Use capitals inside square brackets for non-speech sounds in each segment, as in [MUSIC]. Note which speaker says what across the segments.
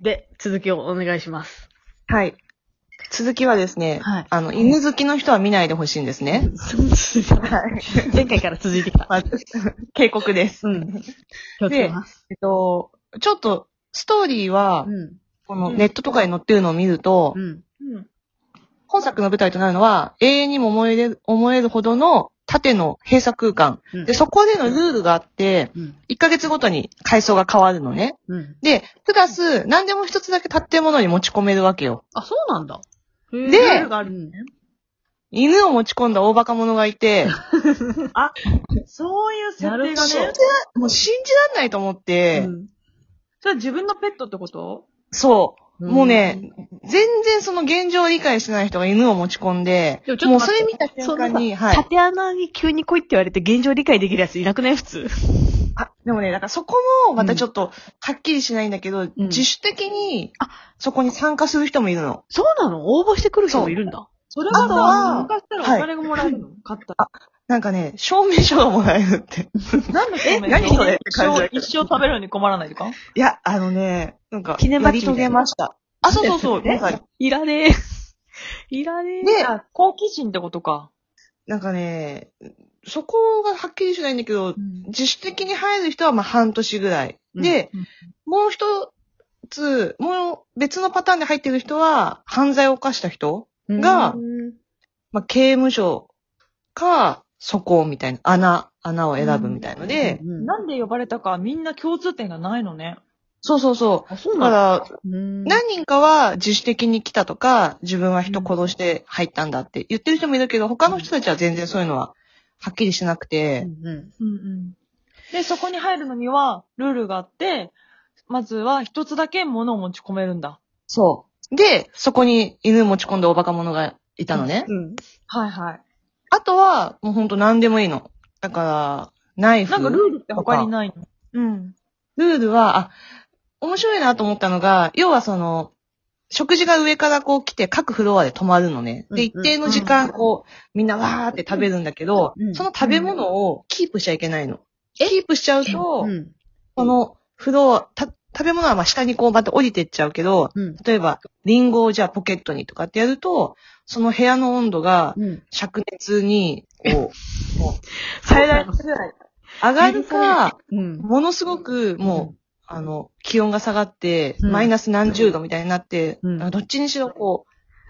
Speaker 1: で、続きをお願いします。
Speaker 2: はい。続きはですね、
Speaker 1: はい
Speaker 2: あの、犬好きの人は見ないでほしいんで
Speaker 1: [LAUGHS]
Speaker 2: すね。い。
Speaker 1: 前回から続いてきた。
Speaker 2: まず、警告です。
Speaker 1: うん。気をつけます。
Speaker 2: えっと、ちょっと、ストーリーは
Speaker 1: う、ん。
Speaker 2: このネットとかに載ってるのを見ると、
Speaker 1: うん。
Speaker 2: 本作の舞台となるのは、永遠にも思える、思えるほどの縦の閉鎖空間。
Speaker 1: うん
Speaker 2: で、そこでのルールがあって、
Speaker 1: うん。
Speaker 2: 1ヶ月ごとに階層が変わるのね。
Speaker 1: うん。
Speaker 2: で、プラス、何でも一つだけ建物に持ち込めるわけよ。
Speaker 1: あ、そうなんだ。で
Speaker 2: で
Speaker 1: があるね。
Speaker 2: 犬を持ち込んだ大バカ者がいて、
Speaker 3: そういう設
Speaker 1: なる
Speaker 3: 定
Speaker 1: ほど
Speaker 3: がね。
Speaker 2: もう信じらんないと思
Speaker 1: う
Speaker 2: って、
Speaker 1: ん
Speaker 3: それは自分のペットってこと
Speaker 2: そ
Speaker 1: う
Speaker 2: う。
Speaker 1: ん
Speaker 2: もうね、全然その現状を理解してない人が犬を持ち込んで、
Speaker 1: でもちょっ
Speaker 2: もう
Speaker 1: と
Speaker 2: そ
Speaker 1: 待って
Speaker 2: れ見た瞬間
Speaker 1: そ
Speaker 2: に、
Speaker 1: んな
Speaker 2: は
Speaker 1: さ
Speaker 2: い。
Speaker 1: 縦穴に急に来いって言われて現状理解できるやついなくない普通。
Speaker 2: あ、でもね、だからそこもまたちょっと、はっきりしないんだけど、自主的に、そこに参加する人もいるの。
Speaker 1: そうなの応募してくる人もいるんだ。
Speaker 3: それ
Speaker 2: あとは
Speaker 3: はさ、参加したらお金がもらえるの買ったら。
Speaker 2: なんかね、証明書がもらえる
Speaker 1: [LAUGHS]
Speaker 2: って。
Speaker 3: 何のえ
Speaker 2: 何それって感じだけど
Speaker 3: 一生食べるのに困らないとか
Speaker 2: いや、あのね、なんか、
Speaker 1: 記念バ
Speaker 2: や
Speaker 1: ッジ
Speaker 2: り
Speaker 1: みたい
Speaker 2: 遂
Speaker 1: な
Speaker 2: げました。あ、そうそうそう。
Speaker 1: え
Speaker 2: なんか、
Speaker 1: いらねえ。いらねえ。
Speaker 2: で、
Speaker 3: あ好奇心ってことか。
Speaker 2: なんかね、そこがはっきりしないんだけ
Speaker 1: う、
Speaker 2: ど
Speaker 1: ん
Speaker 2: 自主的に入る人はまあ半年ぐらい。で、
Speaker 3: うん
Speaker 2: もう一つ、もう別のパターンで入ってる人は、犯罪を犯した人が
Speaker 1: うん
Speaker 2: まあ、刑務所か、そこみたいな、穴、穴を選ぶみたいので、
Speaker 1: うん
Speaker 3: なんで呼ばれたか、みんな共通点がないのね。
Speaker 2: そうそうそ
Speaker 3: あ、そう
Speaker 2: う。だから、
Speaker 1: うん
Speaker 2: 何人かは自主的に来たとか、自分は人殺して入ったんだって言ってる人もいるけど、他の人たちは全然そういうのは、はっきりしなく
Speaker 1: う
Speaker 2: て、
Speaker 1: んうん
Speaker 3: うんうん。で、そこに入るのには、ルールがあって、まずは一つだけ物を持ち込めるんだ。
Speaker 2: そう。で、そこに犬持ち込んだおバカ者がいたのね。
Speaker 1: うん
Speaker 3: はいは
Speaker 2: あとは、もうほんと何でもいいの。だから、ナイ
Speaker 3: い。
Speaker 2: フ。
Speaker 3: なんかルールって他にないのうん。
Speaker 2: ルールは、あ、面白いなと思ったのが、要はその、食事が上からこう来て各フロアで止まるのね。
Speaker 1: うんうん
Speaker 2: で、一定の時間こう、みんなわーって食べるんだけど
Speaker 1: う、ん
Speaker 2: その食べ物をキープしちゃいけないの。キープしちゃうと
Speaker 1: う、ん
Speaker 2: このフロア、た食べ物はまあ下にこうまた降りてっちゃうけど、
Speaker 1: うん
Speaker 2: 例えば、リンゴをじゃあポケットにとかってやると、その部屋の温度が
Speaker 1: うん
Speaker 2: 灼熱にこ
Speaker 1: 最大の
Speaker 2: う、上が
Speaker 1: [LAUGHS]
Speaker 2: るか、
Speaker 1: うん
Speaker 2: ものすごくもうあの、気温が下がって、
Speaker 1: うん
Speaker 2: マイナス何十度みたいになって、
Speaker 1: うん
Speaker 2: どっちにしろこ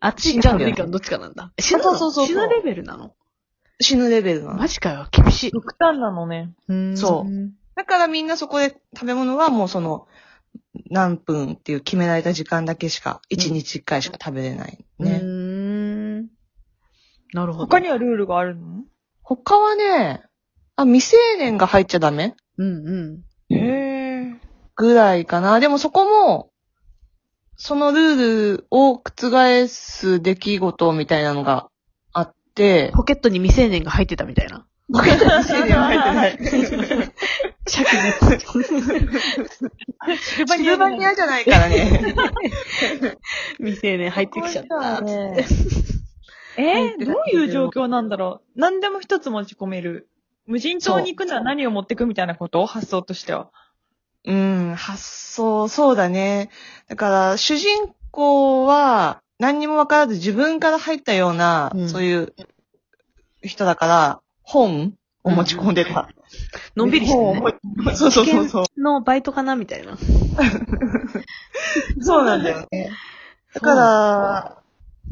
Speaker 1: あっち行っちゃうんだよ、ね。どっちかなんだ。死ぬの
Speaker 2: そうそうそう
Speaker 1: 死ぬレベルなの
Speaker 2: う、死ぬレベルなの
Speaker 1: マ。ジかよ、厳しい。
Speaker 3: 極端なのね。
Speaker 1: うん。
Speaker 2: そうだからみんなそこで食べ物はもうその、何分っていう決められた時間だけしか、一日一回しか食べれない。ね。
Speaker 1: ね。なるほど。
Speaker 3: 他にはルールがあるの
Speaker 2: 他はね、あ、未成年が入っちゃダメ
Speaker 1: うん
Speaker 3: へえ。
Speaker 2: ぐらいかな。でもそこも、そのルールを覆す出来事みたいなのがあっ
Speaker 1: う
Speaker 2: て
Speaker 1: ん。、ポケットに未成年が入ってたみたい
Speaker 2: [LAUGHS]
Speaker 1: な。
Speaker 2: 僕たち未成年は入ってない。
Speaker 1: シャキ
Speaker 2: シルバニアじゃないからね。
Speaker 1: 未成年入ってきちゃ
Speaker 2: [LAUGHS]
Speaker 1: った。
Speaker 3: [LAUGHS] えー、どういう状況なんだろう何でも一つ持ち込める。無人島に行くなら何を持ってくみたいなこと発想としては。
Speaker 2: うん、発想、そうだね。だから、主人公は、何にもわからず自分から入ったような、
Speaker 1: うん
Speaker 2: そういう人だから、本を持ち込んでた。
Speaker 1: のんびりして
Speaker 2: 本
Speaker 1: る
Speaker 2: を
Speaker 1: ね
Speaker 2: 持ちそうそうそうそう。
Speaker 1: のバイトかなみたいな。
Speaker 2: そうなんだよね。だから、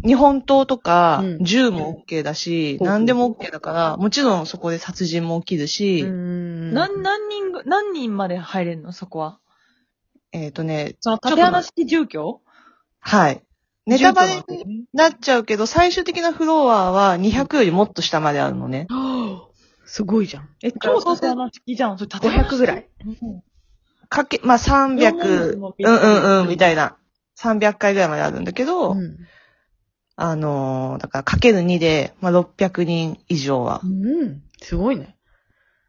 Speaker 2: 日本刀とか
Speaker 1: う、ん
Speaker 2: 銃も OK だし、
Speaker 1: うん
Speaker 2: 何でも OK だから、もちろんそこで殺人も起きるし、
Speaker 1: ん
Speaker 3: な、何人ぐ、何人まで入れるのそこは。
Speaker 2: えっ、とね、
Speaker 3: その
Speaker 2: ょっと
Speaker 3: 縦穴式住居
Speaker 2: はい。ネタバレ
Speaker 3: 住居なの
Speaker 2: なっちゃうけど、最終的なフロアは200よりもっと下まであるのね。
Speaker 1: はあ [GASPS] すごいじゃん。
Speaker 3: え、超縦穴式じゃん。それ縦穴
Speaker 1: 500
Speaker 3: 式
Speaker 1: ぐらい。
Speaker 2: かけ、まあ、300、うんうんうん、みたいな。300回ぐらいまであるんだけど、
Speaker 1: うん
Speaker 2: あのーだからかける2で、まあ、600人以上は。
Speaker 1: うん。すごいね。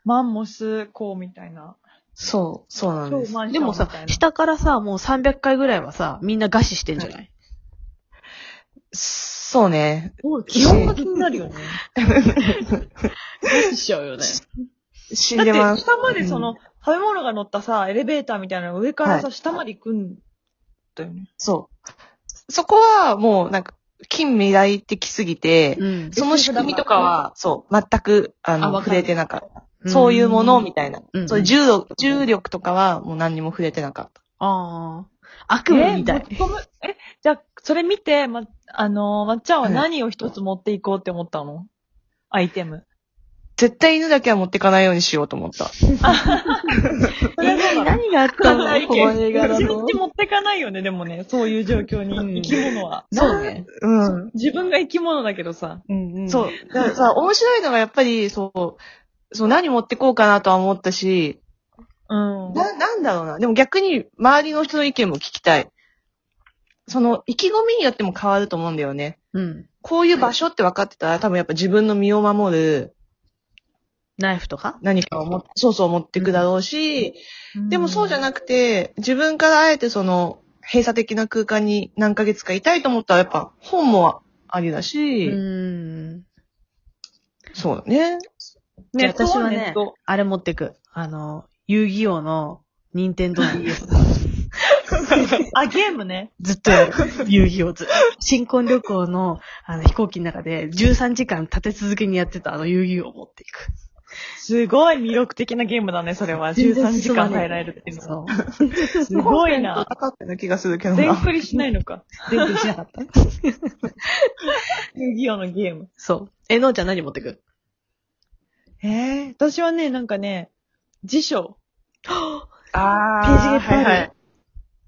Speaker 3: マンモス、こうみたいな。
Speaker 2: そう、そうなん
Speaker 3: 超
Speaker 2: です。
Speaker 3: マンシ
Speaker 1: で
Speaker 3: ョン
Speaker 1: も
Speaker 3: み
Speaker 1: さ
Speaker 3: たい、な。
Speaker 1: 下からさ、もう300回ぐらいはさ、みんな餓死してんじゃない
Speaker 2: そうね。
Speaker 3: 気温が気になるよね。
Speaker 1: 餓死しちゃうよね。
Speaker 2: 死
Speaker 3: だ
Speaker 2: ん
Speaker 3: っ
Speaker 2: でま
Speaker 3: て、
Speaker 2: す。
Speaker 3: 下までその、食べ物が乗ったさ、エレベーターみたいなのが上からさ、下まで行くんったよね。
Speaker 2: そう。そこはもうなんか、近未来的すぎて、
Speaker 1: うん。
Speaker 2: その仕組みとかは、そう、全く、あ
Speaker 3: あ
Speaker 2: の、
Speaker 3: わ
Speaker 2: 触
Speaker 3: かる
Speaker 2: れてなかった。そういうものみたいな。
Speaker 1: うん
Speaker 2: そういう重力、重力とかはもう何にも触れてなかった。
Speaker 1: ああ。悪夢みたい。
Speaker 3: え持ち込むえ、じゃあ、それ見て、ま、あのー、まっちゃんは何を一つ持っていこうって思ったの、アイテム。
Speaker 2: 絶対犬だけは持ってかないようにしようと思った。
Speaker 1: え何があったの
Speaker 3: 考え
Speaker 1: [LAUGHS]
Speaker 3: て
Speaker 1: この映画だ
Speaker 3: 自
Speaker 1: と
Speaker 3: 分。で持ってかないよね、でもね、そういう状況に、
Speaker 1: うん
Speaker 3: 生き物は。
Speaker 1: そうね。
Speaker 2: うん。
Speaker 3: 自分が生き物だけどさ。
Speaker 1: うんうん。
Speaker 2: そう。だからさ、面白いのがやっぱり、そう、そう、何持ってこうかなとは思ったし、
Speaker 3: うん。
Speaker 2: な、なんだろうな。でも逆に、周りの人の意見も聞きたい。その、意気込みによっても変わると思うんだよね。
Speaker 1: うん。
Speaker 2: こういう場所って分かってたら、多分やっぱ自分の身を守る
Speaker 1: ナイフとか
Speaker 2: 何かを持って、そうそう持ってくだろうし、でもそうじゃなくて、自分からあえてその、閉鎖的な空間に何ヶ月かいたいと思ったら、やっぱ本もありだ
Speaker 1: う
Speaker 2: し、
Speaker 1: ん。
Speaker 2: そうだね。
Speaker 3: ネット
Speaker 1: 私は
Speaker 3: は
Speaker 1: ね
Speaker 3: ネット。
Speaker 1: あれ持ってく。あの、遊戯王の、任天堂 DS。
Speaker 3: あ、ゲームね。
Speaker 1: ずっとやる。遊戯王ずっと。新婚旅行の、あの、飛行機の中で、13時間立て続けにやってたあの遊戯王を持っていく。
Speaker 3: すごい魅力的なゲームだね、それは。13時間耐えられるっていうのは。
Speaker 1: そう。
Speaker 3: すごい
Speaker 2: コンセン
Speaker 3: な
Speaker 2: ト。高ってな気がするけど
Speaker 3: 全
Speaker 2: な。
Speaker 3: クリしない
Speaker 1: [LAUGHS]
Speaker 3: のか。
Speaker 1: 全然しなかった。
Speaker 3: 遊戯王のゲーム。
Speaker 1: [LAUGHS] そう。え、のんちゃん何持ってく
Speaker 3: ええ私はね、なんかね、辞書。
Speaker 2: [LAUGHS] あ
Speaker 1: ページがいっぱいある
Speaker 2: はいはい。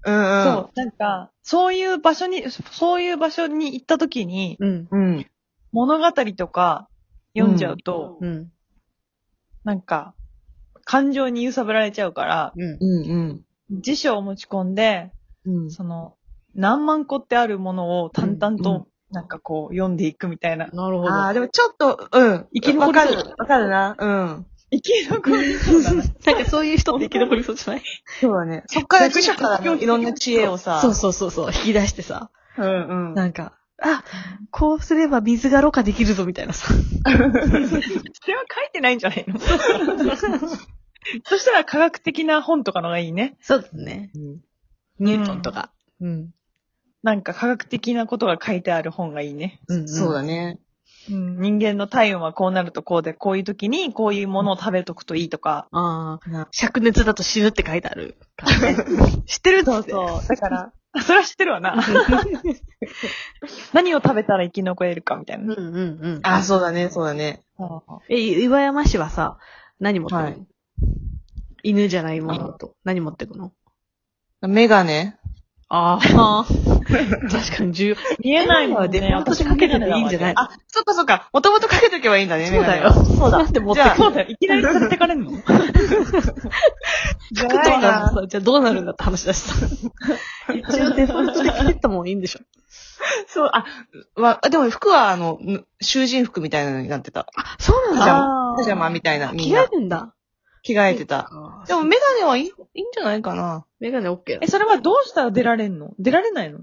Speaker 2: うんうん。
Speaker 3: そう。なんか、そういう場所に、そそういう場所に行った時に、
Speaker 1: うん。
Speaker 2: うん。
Speaker 3: 物語とか読んじゃうと、
Speaker 1: うん。
Speaker 3: なんか、感情に揺さぶられちゃうから、
Speaker 1: うん。
Speaker 2: うんうん。
Speaker 3: 辞書を持ち込んで、
Speaker 2: うん
Speaker 3: その、何万個ってあるものを淡々
Speaker 2: うんうん
Speaker 3: と、なんかこう、読んでいくみたいな。
Speaker 1: なるほど。
Speaker 2: ああ、でもちょっと、うん。
Speaker 3: 生き
Speaker 2: わ
Speaker 3: 残り
Speaker 2: か
Speaker 3: そう
Speaker 2: る。わかるな。うん。
Speaker 3: 生き残りそうだ
Speaker 1: [LAUGHS]
Speaker 3: な。
Speaker 1: なんかそういう人って生き残りそうじゃない
Speaker 2: そうだね。そっから
Speaker 3: 逆
Speaker 2: 辞
Speaker 3: に
Speaker 2: 書からのいろんな知恵をさ。
Speaker 1: [LAUGHS] そうそうそうそう。引き出してさ。
Speaker 2: うんうん。
Speaker 1: なんか、あ、こうすれば水がろ過できるぞみたいなさ。
Speaker 3: それは書いてないんじゃないのそしたら科学的な本とかのがいいね。
Speaker 1: そうですね。ニュートンとか。うん。
Speaker 3: なんか科学的なことが書いてある本がいいね。
Speaker 1: うん。
Speaker 2: そうだ
Speaker 1: ね。
Speaker 2: ね。
Speaker 3: うん、人間の体温はこうなるとこうで、こういう時にこういうものを食べとくといいとか。
Speaker 1: ああ
Speaker 2: な。
Speaker 1: 灼熱だと死ぬって書いてあるからね。 [LAUGHS] 知ってる
Speaker 3: そうそう。だから、それは知ってるわな。何を食べたら生き残れるかみたいう
Speaker 1: [LAUGHS] 。うん
Speaker 3: な。
Speaker 1: うんうん。
Speaker 2: あ、そうだね、そうだね。
Speaker 3: そ
Speaker 1: え、岩山市はさ、何持ってくの、
Speaker 2: はい
Speaker 1: 犬じゃないものと。何持ってくの
Speaker 2: メガネ。
Speaker 1: ああ。 [LAUGHS] 確かに重要。
Speaker 3: う見えないもん
Speaker 1: デフ
Speaker 3: ね。
Speaker 1: ォルトでかけてていいんじゃない
Speaker 2: あ、そっかそっか。もともとかけとけばいいんだね、
Speaker 1: そうだよ。
Speaker 2: メガネはそうだ
Speaker 1: な。んで持って
Speaker 2: じゃあ
Speaker 1: く
Speaker 3: そ
Speaker 1: の
Speaker 3: うだよ。いきなり連れてかれるの
Speaker 2: じゃ
Speaker 1: 書くと
Speaker 2: ない
Speaker 1: かも
Speaker 2: な。
Speaker 1: さ、じゃあどうなるんだって話だしさ。一応デフォルトで切ったもんいいんでしょ。
Speaker 2: そう、あ、わ、でも服はあの、ぬ囚人服みたいなのになってた。
Speaker 1: あ、そう
Speaker 2: じ
Speaker 1: なん
Speaker 2: ゃ
Speaker 1: だ。
Speaker 3: あー
Speaker 2: パジャマみたいな、みん
Speaker 1: 着替え
Speaker 2: な。
Speaker 1: るんだ。
Speaker 2: 着替えてた。で
Speaker 1: でも
Speaker 2: もメガネはいい、いいんじゃないかな。
Speaker 1: メガネ OK だ
Speaker 3: え、。それはどうしたら出られんの出られないの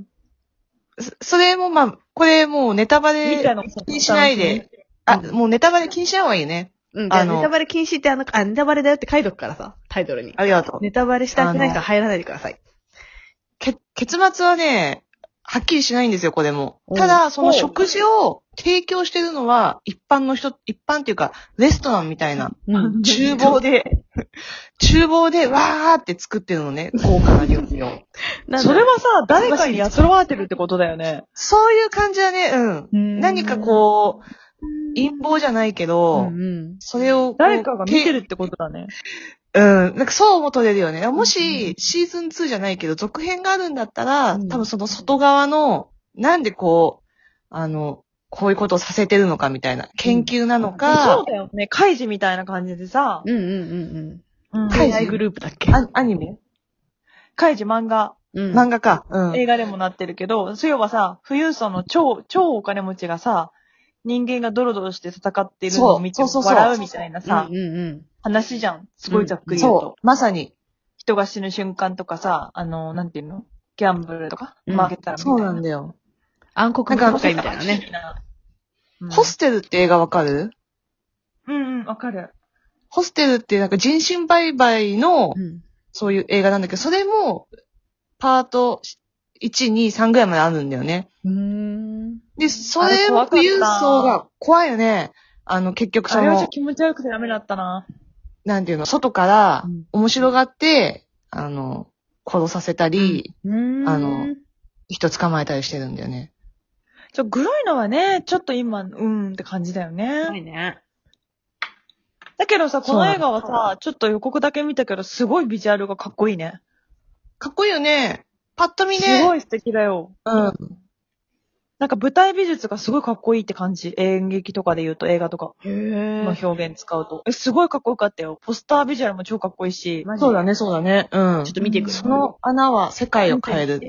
Speaker 2: そそれもまあ、これもうネタバレ
Speaker 3: みたいなこと
Speaker 2: 気にしないで。あ、もうネタバレ気にしない方がいいね。
Speaker 1: うん、じゃあ
Speaker 2: あの
Speaker 1: ネタバレ禁止ってあの、あ、ネタバレだよって書いとくからさ、タイトルに。
Speaker 2: ありがとう。
Speaker 1: ネタバレしたくない人は入らないでください。
Speaker 2: け、結末はね、はっきりしないんですよ、これも
Speaker 1: お。う
Speaker 2: ただ、そ
Speaker 3: お
Speaker 2: の
Speaker 3: う
Speaker 2: 食事を提供してるのは、一般の人、一般っていうか、レストランみ
Speaker 1: [LAUGHS]
Speaker 2: たいな、
Speaker 1: うん。
Speaker 2: 厨房で、 [LAUGHS] 厨房でわーって作ってるのね、豪華な料理を。
Speaker 1: なんだ
Speaker 3: それはさ、誰かにやつらわれてるってことだよね。
Speaker 2: そういう感じはね、うん。何かこう、陰謀じゃないけど、
Speaker 1: うんうん。
Speaker 2: それをこう、
Speaker 3: 誰かが見て
Speaker 2: る。
Speaker 3: るってことだね。
Speaker 2: うん。なんかそうも取れるよね。も
Speaker 1: うんう
Speaker 2: し、シーズン2じゃないけど、続編があるんだったら、
Speaker 1: うん
Speaker 2: 多分その外側の、なんでこう、あの、こういうことをさせてるのかみたいな、研究なの
Speaker 3: そう
Speaker 2: か、
Speaker 3: だよね。カイジみたいな感じでさ、
Speaker 1: うんうんうん
Speaker 3: うん
Speaker 1: うん。
Speaker 2: カ
Speaker 1: 海
Speaker 2: イ
Speaker 1: 外
Speaker 2: ジ
Speaker 1: グループだっけ
Speaker 2: あアニメ
Speaker 3: カイジ漫画、
Speaker 1: うん。
Speaker 2: 漫画か。うん。
Speaker 3: 映画でもなってるけど、そういえばさ、富裕層の超、超お金持ちがさ、人間がドロドロして戦ってるのを見て
Speaker 2: そうそうそうそう
Speaker 3: 笑うみたいなさ
Speaker 1: う、んうんうん。
Speaker 3: 話じゃん。すごいざっくり言うと
Speaker 2: そ。う。まさに。
Speaker 3: 人が死ぬ瞬間とかさ、あの、なんていうのギャンブルとか、
Speaker 1: うん
Speaker 3: 負けたらみたい
Speaker 2: そうな
Speaker 3: な。
Speaker 2: んだよ。
Speaker 1: 暗黒
Speaker 2: なん
Speaker 1: 学
Speaker 2: か
Speaker 1: 会みたいなね。
Speaker 3: うん。
Speaker 2: ホステルって映画わかる
Speaker 3: うんうん、わかる。
Speaker 2: ホステルってなんか人身売買の
Speaker 1: う、ん。
Speaker 2: そういう映画なんだけど、それも、パート、 1、2、3ぐらいまであるんだよね。
Speaker 1: うーん。
Speaker 2: で、そ
Speaker 3: あれ
Speaker 2: れ
Speaker 3: 怖か
Speaker 2: も
Speaker 3: った
Speaker 2: 富裕層が怖いよね。あの、結局
Speaker 3: あ
Speaker 2: そ
Speaker 3: れはちょっと
Speaker 2: の、
Speaker 3: 気持ち悪くてダメだったな。
Speaker 2: なんていうの、外から
Speaker 1: うん
Speaker 2: 面白がって、あの、殺させたり、
Speaker 1: うーん
Speaker 2: あの、人捕まえたりしてるんだよね。
Speaker 3: ちょ、グロいのはね、ちょっと今、うんって感じだよ
Speaker 1: 怖い
Speaker 3: ね。
Speaker 1: ね。
Speaker 3: だけどさ、こ
Speaker 2: そう
Speaker 3: の
Speaker 2: なの
Speaker 3: 映画はさ、ちょっと予告だけ見たけど、すごいビジュアルがかっこいいね。
Speaker 2: かっこいいよね。パッと見ね。
Speaker 3: すごい素敵だよ。
Speaker 2: うん。
Speaker 3: なんか舞台美術がすごいかっこいいって感じ。演劇とかで言うと映画とか
Speaker 1: へ
Speaker 3: の
Speaker 1: ー。
Speaker 3: 表現使うと。え、すごいかっこよかったよ。ポスタービジュアルも超かっこいいし。
Speaker 1: マジ
Speaker 2: そうだね、そうだね。うん
Speaker 1: ちょっ。と見てくる。
Speaker 2: その穴は世界を変える。。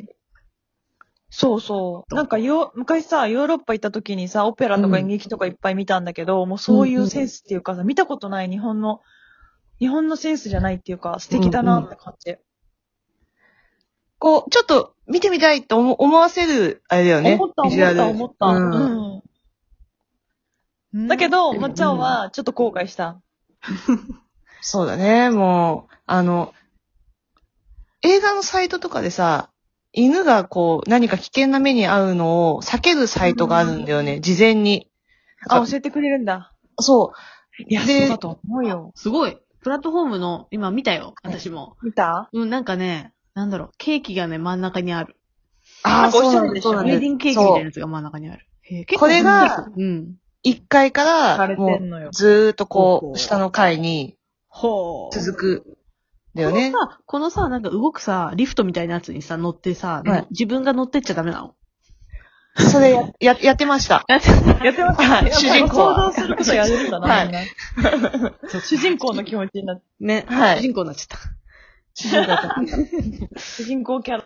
Speaker 3: そうそう。なんかよ、昔さ、ヨーロッパ行った時にさ、オペラと
Speaker 2: うん
Speaker 3: か演劇とかいっぱい見たんだけど、もうそういうセンスっていうかさ、見たことない日本の、日本のセンスじゃないっていうか、素敵だなって感じ。
Speaker 2: こう、ちょっと見てみたいと思思わせる、あれだよね。
Speaker 3: 思った、
Speaker 2: ビジュアル
Speaker 3: 思った、思った。
Speaker 2: うん。
Speaker 3: うんだけど、まっちゃんはちょっと後悔した。
Speaker 2: そうだね、もう、あの、映画のサイトとかでさ、犬がこう、何か危険な目に遭うのを避けるサイトがあるんだよね、事前に。
Speaker 3: あ、教えてくれるんだ。
Speaker 2: そ
Speaker 3: いや、
Speaker 2: で
Speaker 3: そうだと思うよ。
Speaker 1: すごい。プラットフォームの、今見たよ。私も。
Speaker 3: 見た
Speaker 1: うん、なんかね、なんだろう、ケーキがね、真ん中にある。
Speaker 2: う。あ
Speaker 3: なんかおっし
Speaker 2: な
Speaker 3: ゃ
Speaker 2: ん
Speaker 3: るでし
Speaker 2: そ
Speaker 3: ょ
Speaker 2: うな
Speaker 1: ウ
Speaker 2: ん
Speaker 1: ェディングケーキみたいな
Speaker 2: そう
Speaker 1: やつが真ん中にある。へー結
Speaker 2: これが
Speaker 1: 大きいうん。
Speaker 2: 一階か
Speaker 3: さ
Speaker 2: ら、
Speaker 3: れ
Speaker 2: も
Speaker 3: て
Speaker 2: うん
Speaker 3: のよ。
Speaker 2: ずーっと
Speaker 1: こ
Speaker 2: こ
Speaker 1: う
Speaker 2: う、下の階に
Speaker 1: ほ
Speaker 2: 続く。だよね
Speaker 1: こ。のさ、このさ、なんか動くさ、リフトみたいなやつにさ、乗ってさ、
Speaker 2: はい
Speaker 1: 自分が乗ってっちゃダメなの。
Speaker 2: それや、や、やってました。
Speaker 3: やってます
Speaker 2: はい
Speaker 3: やっぱ
Speaker 2: 主人公は
Speaker 3: 想像することやるんだな、
Speaker 2: はい
Speaker 3: みん
Speaker 2: [LAUGHS]
Speaker 3: な [LAUGHS] 主人公の気持ちになって、
Speaker 1: ね、
Speaker 2: はい
Speaker 1: 主人公になっちゃった。
Speaker 2: 主人公だった
Speaker 3: 主人公キャラ。